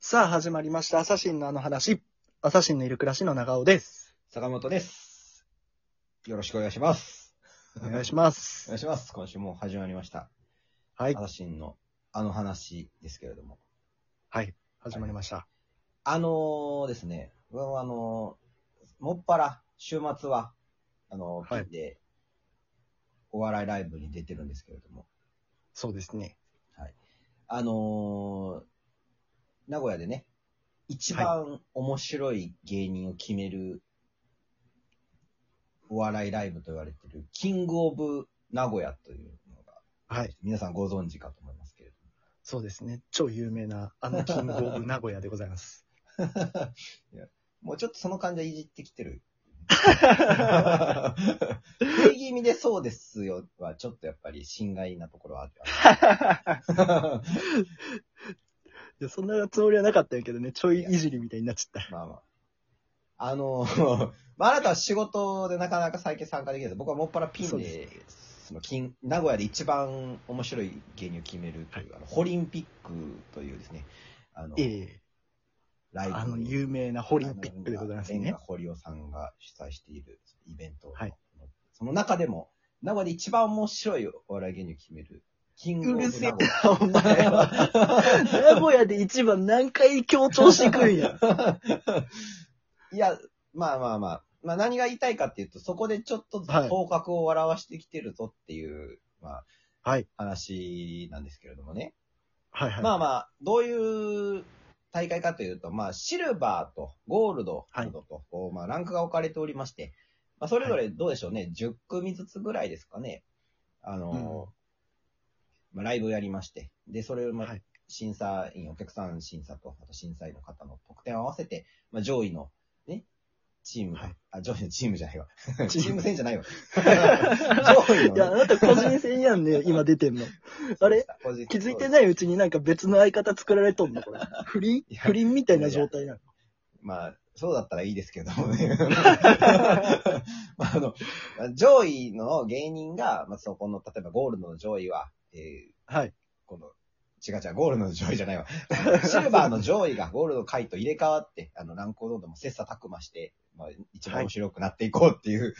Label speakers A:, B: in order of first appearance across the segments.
A: さあ、始まりました。アサシンのあの話。アサシンのいる暮らしの長尾です。
B: 坂本です。よろしくお願いします。
A: お願いしま
B: お願
A: す。
B: いします。今週も始まりました。
A: はい
B: ア。ラシンのあの話ですけれども。
A: はい。始まりました。
B: あのーですね、うんあのーもっぱら、週末は、あのー、
A: はい
B: ピンで、お笑いライブに出てるんですけれども、
A: そうですね。
B: あのー名古屋でね、一番面白い芸人を決める、お笑いライブと言われてる、キングオブ名古屋というのが、
A: はい。
B: 皆さんご存知かと思いますけれど
A: そうですね。超有名な、あのキングオブ名古屋でござい ます。
B: も。もうちょっとその感じはいじってき てる。食い気味でそうですよは、ちょっとやっぱり心外なところはある。
A: いやそんなつもりはなかったんやけどね、ちょいいじりみたいになっちゃっ
B: まあまあ。あの、まあ、あなたは仕事でなかなか最近参加できないけど、僕はもっぱらピン
A: そう
B: で、
A: で
B: その金、名古屋で一番面白い芸人を決めるという、あの、ホリンピックというですね、あの
A: た。、え
B: ラ
A: え
B: イブ
A: あの、有名なホリンピックでございます
B: レン
A: ね
B: ガ。堀尾さんが主催しているイベントの、
A: はい
B: その中でも、名古屋で一番面白いお笑い芸人を決める、キング
A: う
B: オブ名
A: るせえ
B: 古
A: な
B: 屋。、
A: お前は。名古屋で一番何回強調してくんや。
B: いや、まあまあまあ。まあ何が言いたいかっていうと、そこでちょっとずつ
A: はい
B: 頭角を笑わしてきてるぞっていう、まあ、
A: はい。
B: 話なんですけれどもね。
A: はいはい。
B: まあまあ、どういう大会かというと、まあ、シルバーとゴールドなどと、こうまあ、ランクが置かれておりまして、まあ、それぞれどうでしょうね、10組ずつぐらいですかね。あの、まあ、ライブをやりまして、で、それを、まあ
A: はい
B: 審査員、お客さん審査と、あと審査員の方の得点を合わせて、まあ、上位の、ね、チームが、
A: はい
B: あ、上位のチームじ ゃないわ。
A: チ
B: チ
A: ーム
B: ーム戦じゃな いわ。上位の、
A: いや、あ
B: ね、
A: なた個人戦やんね、今出てん の。あれ
B: 個人
A: 気づいてないうちになんか別の相方作られとんのこれ。不倫
B: いや
A: 不倫みたいな状態なの。
B: まあ、そうだったらいいですけども ね。まあ、あの、上位の芸人が、まあ、そこの、例えばゴールドの上位は、えー、
A: はい。
B: この、違う違う、ゴールドの上位じゃな いわ。シルバーの上位がゴールドの回と入れ替わって、あの、乱行どんどん切磋琢磨して、まあ、一番面白くなっていこうっ ていう、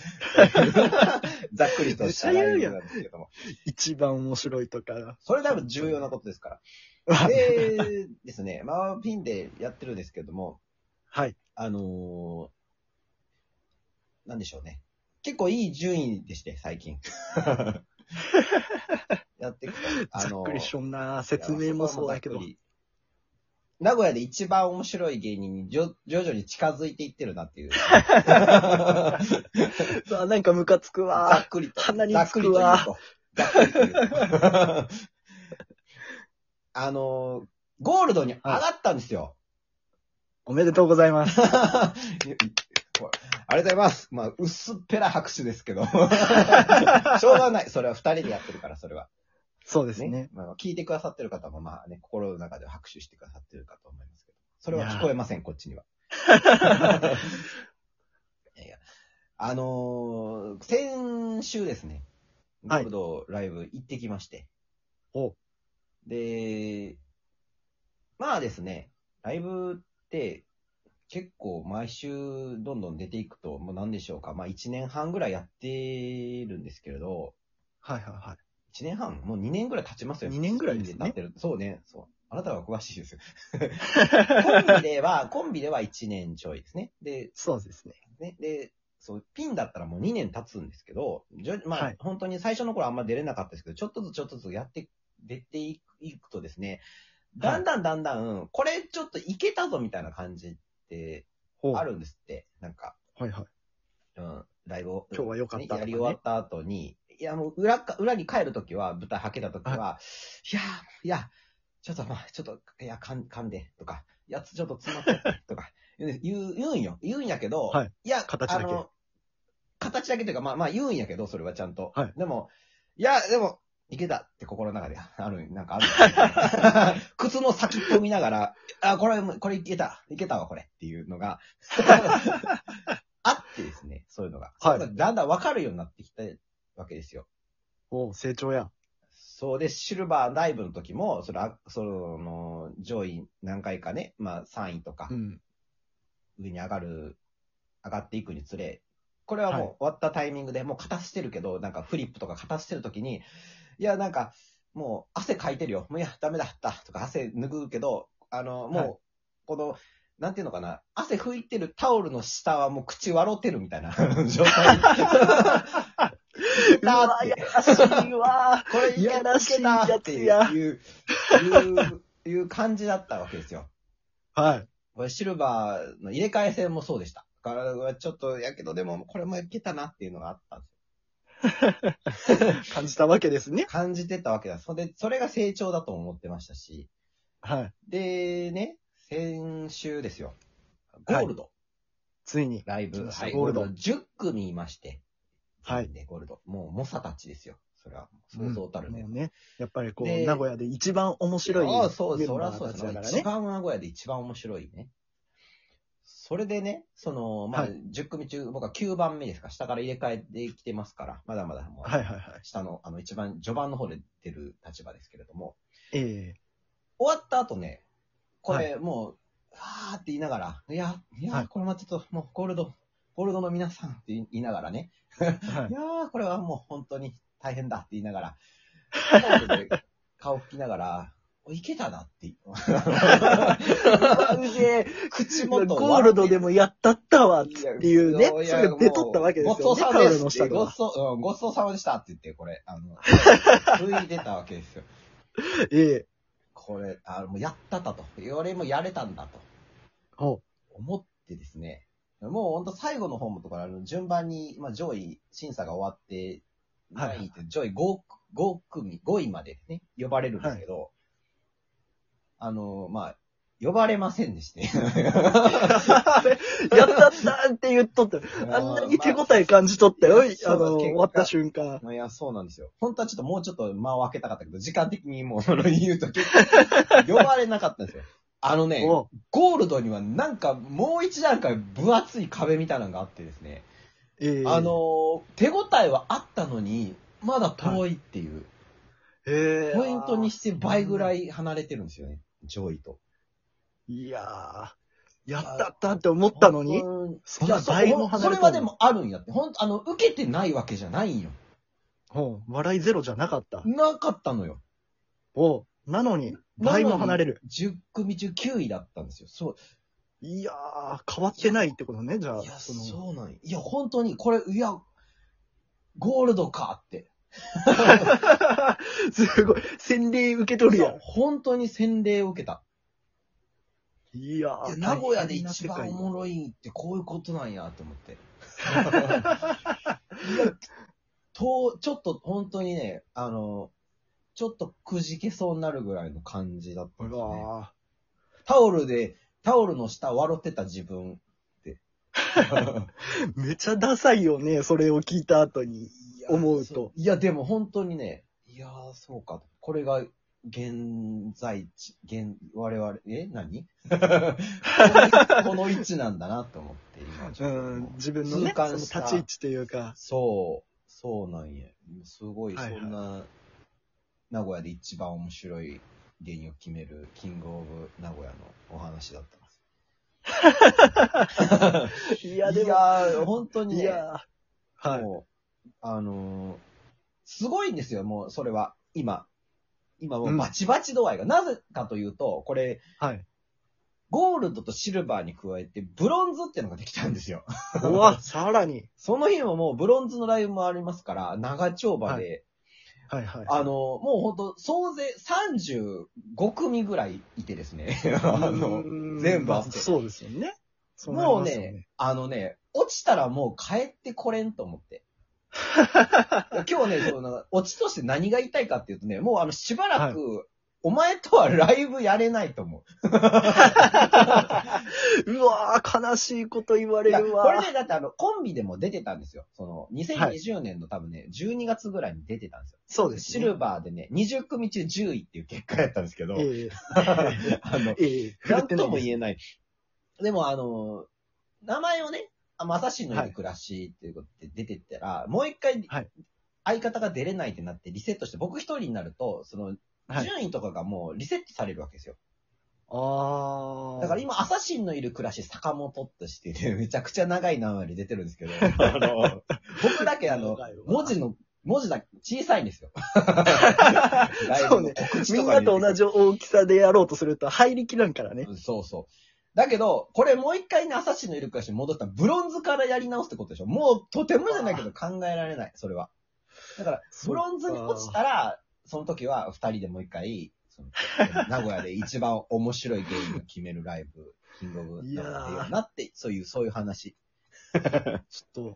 B: ざっくりとしたライブなんですけども。
A: 一番面白いとか。
B: それだいぶ重要なことですか
A: はい。
B: ら。でですね、まあ、ピンでやってるんですけども、
A: はい。
B: あのー、なんでしょうね。結構いい順位でして、最近。 やってきた。
A: ざっくりしょんな説明もそうだけど。
B: いや。そこはもうざっくり名古屋で一番面白い芸人にじょ徐々に近づいていってるなっていう。ざ
A: あなんかムカつくわ
B: っ。くりと。
A: 鼻に
B: ざっ
A: つ
B: くり
A: く
B: と言う
A: わ。
B: と。ざっくりと言うとあのー、ゴールドに上がったんですよ。
A: おめでとうござい ます。
B: ありがとうございます。まあ、薄っぺら拍手ですけど。しょ うがない。それは二人でやってるから、それは。
A: そうですね。
B: まあ、聞いてくださってる方も、まあね、心の中では拍手してくださってるかと思いますけど。それは聞こえません、こっちには。 いやいやあのー先週ですね、ゴ
A: はい
B: ールドライブ行ってきまして。
A: お
B: で、まあですね、ライブって結構毎週どんどん出ていくと、もう何でしょうか、まあ1年半ぐらいやってるんですけれど、
A: はいはいはい。
B: 1年半もう2年ぐらい経ちますよ。
A: 二年ぐらいですね
B: 経ってる。そうね、そう。あなたは詳し いですよ。コンビでは、コンビでは1年ちょいですね。で、
A: そうですね。
B: ね、で、そう、ピンだったらもう2年経つんですけど、じょまあ、
A: はい
B: 本当に最初の頃あんま出れなかったですけど、ちょっとずつちょっとずつやって、出ていくとですね、だんだんだんだん、これちょっといけたぞみたいな感じって
A: ほう。
B: あるんですって、なんか、
A: はいはい。
B: うん、ライブを。
A: 今日は良かったとかね
B: やり終わった後に、いや、もう裏か、裏に帰るときは、舞台吐けたときは、い、やー、いや、ちょっとまあ、ちょっと、いや、かん、噛んで、とか、いや、つちょっと詰まって、とか、 言う、言う言うんよ。言うんやけど、
A: はい、
B: や、
A: 形だけ
B: あの、形だけというか、まあまあ言うんやけど、それはちゃんと。
A: はい、
B: でも、いや、でも、いけたって心の中で、 ある、なんかある。靴の先っぽ見ながら、あ、これ、これいけた、いけたわ、これっていうのが、あってですね、そういうのが。
A: はい
B: そううのがだんだんわかるようになってきたわけですよ。
A: おう成長や。
B: そうで、シルバーダイブの時も、それ、あその、上位何回かね、まあ3位とか
A: う、ん。
B: 上に上がる、上がっていくにつれ、これはもう終わったタイミングで、もう片してるけど、なんかフリップとか片してる時に、いや、なんか、もう汗かいてるよ。もういや、ダメだった。とか汗拭うけど、あの、
A: は
B: もう、この、なんていうのかな、汗拭いてるタオルの下はもう口笑ってるみたいな 状 態。
A: うわ、やらしいわ。
B: これい
A: いや
B: や
A: ら
B: ら
A: し
B: し
A: い
B: い
A: や
B: な
A: つや
B: っていう、いう、いういう感じだったわけですよ。
A: はい。
B: これシルバーの入れ替え戦もそうでした。だから、ちょっと、やけどでも、これもいけたなっていうのがあったんですよ。
A: 感じたわけですね。
B: 感じてたわけだ。それ、それが成長だと思ってましたし。
A: はい。
B: で、ね、先週ですよ。ゴールド、
A: ついに。
B: ライブ、
A: 来ました
B: はい、
A: ゴ
B: ゴ
A: ー
B: ー
A: ル
B: ル
A: ド
B: ド10組いまして。
A: はい
B: で、ゴールド。もう、猛者たちですよ。それは、想像たるね。
A: もうね、やっぱりこう、
B: で
A: 名古屋で一番面白い
B: ああ、そう、
A: メン
B: そり
A: バ
B: ゃ
A: ー
B: そう
A: た
B: で
A: ち
B: す
A: だ
B: ね
A: か。ら
B: 一
A: ね。
B: 番名古屋で一番面白いね。それでね、その、まあ、
A: はい
B: 10組中、僕は9番目ですか、下から入れ替えてきてますから、まだまだもう、
A: はいはいはい。
B: 下の、あの、一番序盤の方で出る立場ですけれども、
A: え
B: 終わった後ね、こ
A: は
B: れもう、はーって言いながら、いや、いや、
A: はい
B: これもちょっと、もうゴールド、ゴールドの皆さんって言いながらね、
A: えはいい。
B: やー、これはもう本当に大変だって言いな がら、顔拭きながら、おいけたなって。
A: うぜえ
B: 口
A: ゴ
B: 元
A: ールドでもやったったわ、つっていうね。
B: い
A: そ
B: や
A: れが出とったわけです
B: ご
A: よね。
B: ちそうさ
A: タ
B: ま
A: オ
B: で
A: ル
B: す
A: の
B: って
A: 下
B: ご
A: と
B: ち
A: か。
B: そう、うんごちそうさまでしたって言って、これ、あの、拭いてたわけですよ。
A: ええ
B: これ、あもうやったったと。俺もやれたんだと
A: ほ
B: 思ってですね。もうほんと最後の方もとか、あの順番に、まあ、上位審査が終わって、
A: はいはい
B: 何位って上位 5, 5組、5位までね、呼ばれるんですけど、あの、まあ、呼ばれませんでして。
A: うやったったって言っとった。 あんなに手応え感じとったよ。
B: ま
A: あ
B: あ
A: の、
B: そう
A: 終わった瞬間。
B: まあいや、そうなんですよ。本当はちょっともうちょっと間を空けたかったけど、時間的にもう、その言うと結構、呼ばれなかったんで すよ。あのね、
A: お
B: ゴールドにはなんかもう一段階分厚い壁みたいなのがあってですね、
A: ええ
B: あのー、手応えはあったのに、まだ遠いっていう、
A: ええ
B: ポイントにして倍ぐらい離れてるんですよね、上位と。
A: いやー、やったったって思ったのに。
B: 本当
A: そん
B: にいや
A: な
B: そ
A: 倍も
B: う
A: 離
B: そ
A: れ
B: れ
A: た
B: は
A: の
B: でもあるんやって。本当あの、受けてないわけじゃないんよ。
A: ほう笑いゼロじゃなかった。
B: なかったのよ。
A: おなのに、倍も離れる。
B: 10組中9位だったんですよ。そう。
A: いやー、変わってないってことね、じゃあ。
B: いや、
A: その
B: そうなんやいや、本当に、これ、いや、ゴールドかって。
A: すごい。洗礼受け取る
B: い
A: や
B: や、本当に洗礼を受けた。
A: ん。いや
B: いや
A: ー、
B: 名古屋で一
A: 大
B: 番お
A: 変な世界
B: もろいってこういうことなんやと思 って。いや、と、ちょっと本当にね、あの、ちょっとくじけそうになるぐらいの感じだったん
A: う
B: ですね。
A: わ
B: タオルで、タオルの下笑ってた自分って。
A: ーめちゃダサいよね、それを聞いた後に。
B: いや
A: 思うと
B: そいや、でも本当にね、いやー、そうか。これが、現在地、現、我々、え 何このこの位置なんだなと思って、今ち
A: う
B: ょっともう。
A: ん、自分のね、その
B: 痛感
A: 立
B: した
A: ち位置というか。
B: そう、そうなんや。すごい、そ
A: はいはい
B: んな、名古屋で一番面白い芸人を決める、キングオブ名古屋のお話だったんです。
A: い
B: いや
A: や、でも、
B: ー本当に
A: い
B: ね、
A: やー、はい。
B: もう、あのーすごいんですよ、もう、それは。今。今もうバチバチ度合いが。なぜかというと、これ、
A: はい。
B: ゴールドとシルバーに加えて、ブロンズっていうのができたんですよ。
A: うわ、さらに。
B: その日ももうブロンズのライブもありますから、長丁場で、
A: はいはい。
B: あのー、もうほんと、総勢35組ぐらいいてですね。あの、
A: うん
B: 全部合わせて
A: そうですよね。そなり
B: もう
A: ますよ
B: ね、、あのね、落ちたらもう帰ってこれんと 思って。今日ね、その、落ちとして何が言いたいかっていうとね、もうあの、しばらく、お前とはライブやれないと思
A: うわー、悲しいこと言わ
B: う。い
A: れ
B: や
A: る
B: こ
A: わ。
B: れね、だってあの、コンビでも出てたんですよ。その、2020年の多分ね、12月ぐらいに出てたんですよ。
A: そうです、
B: シ
A: ね。
B: ルバーでね、20組中10位っていう結果やったんですけど、
A: ええ
B: あの、
A: ええ
B: なんとも
A: え。
B: 言えない。でも、あの、名前をね、あの朝日のように暮らしっていうことで出てったら、もう一回、
A: はい
B: 相方が出れないってなってリセットして、僕一人になると、その、
A: はい
B: 順位とかがもうリセットされるわけですよ。
A: あ
B: だから
A: 今、
B: 今、アサシンのいる暮らし、坂本としてて、 めちゃくちゃ長い名前で出てるんですけど、 あの、僕だけあの、文字の、文字だけ小さいんですよ。
A: そうね
B: ライブの告知
A: み
B: と
A: ん
B: か
A: な
B: に
A: と同じ大きさでやろうとすると入りきらんからね。
B: うんそうそう。だけど、これもう一回ね、アサシンのいる暮らしに戻ったら、ブロンズからやり直すってことでしょもうとてもじゃないけど考えられない、それは。だから、ブロンズに落ちたら、その時は二人でもう一回、 その名古屋で一番面白いゲームを決めるライブ、キングオブ名古屋でいいよなって、そういう、そういう話。
A: ちょっと、明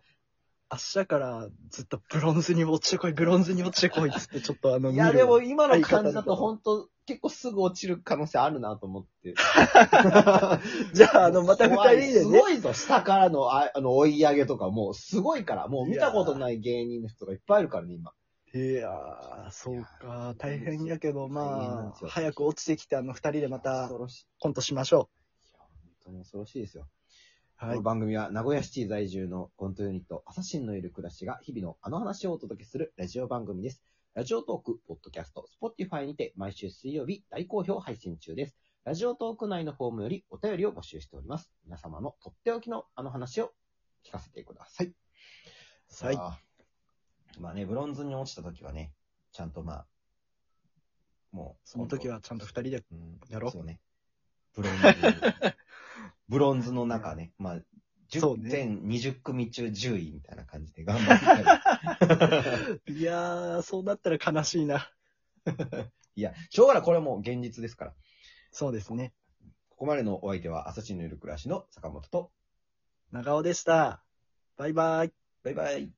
A: 日からずっとブロンズに落ちてこい、ブロンズに落ちてこいっつって、ちょっとあの、
B: いや、
A: 見る
B: でも、今の感じだ
A: 相方
B: と
A: の
B: 本当結構すぐ落ちる可能性あるなと思って。
A: じ ゃあ、あの、また二人でね
B: 怖いす、ごいぞ、下からの、ああの、追い上げとか、もう、すごいから、もう見たことない芸人の人がいっぱいいるからね、今。
A: いやー、そうか、大変やけど、
B: 大変なん
A: ま
B: です
A: あ、
B: よ
A: 早く落ちてきて、あの、二人でまた
B: 恐ろしい。
A: コントしましょ
B: いや、本当に恐ろしいですよ。
A: う。
B: この番組は、名古屋シティ在住のコントユニット、アサシンのいる暮らしが、日々のあの話をお届けするラジオ番組です。ラジオトーク、ポッドキャスト、スポティファイにて、毎週水曜日、大好評配信中です。ラジオトーク内のフォームよりお便りを募集しております。皆様のとっておきのあの話を聞かせてください。
A: はい。
B: あー。まあね、ブロンズに落ちた時はね、ちゃんとまあ、もう。
A: その時はちゃんと二人で、
B: うん、
A: やろう
B: そうね。ブロンズ。 ブロンズの中ね、まあ、
A: そう
B: 10
A: ね
B: 全20組中10位みたいな感じで頑張ってたり
A: いやー、そうなったら悲しいな。
B: いや、しょうがない、これはもう現実ですから。
A: そうですね。
B: ここまでのお相手は、朝日のいる暮らしの坂本と、
A: 長尾でした。バイバイ。
B: バイバイ。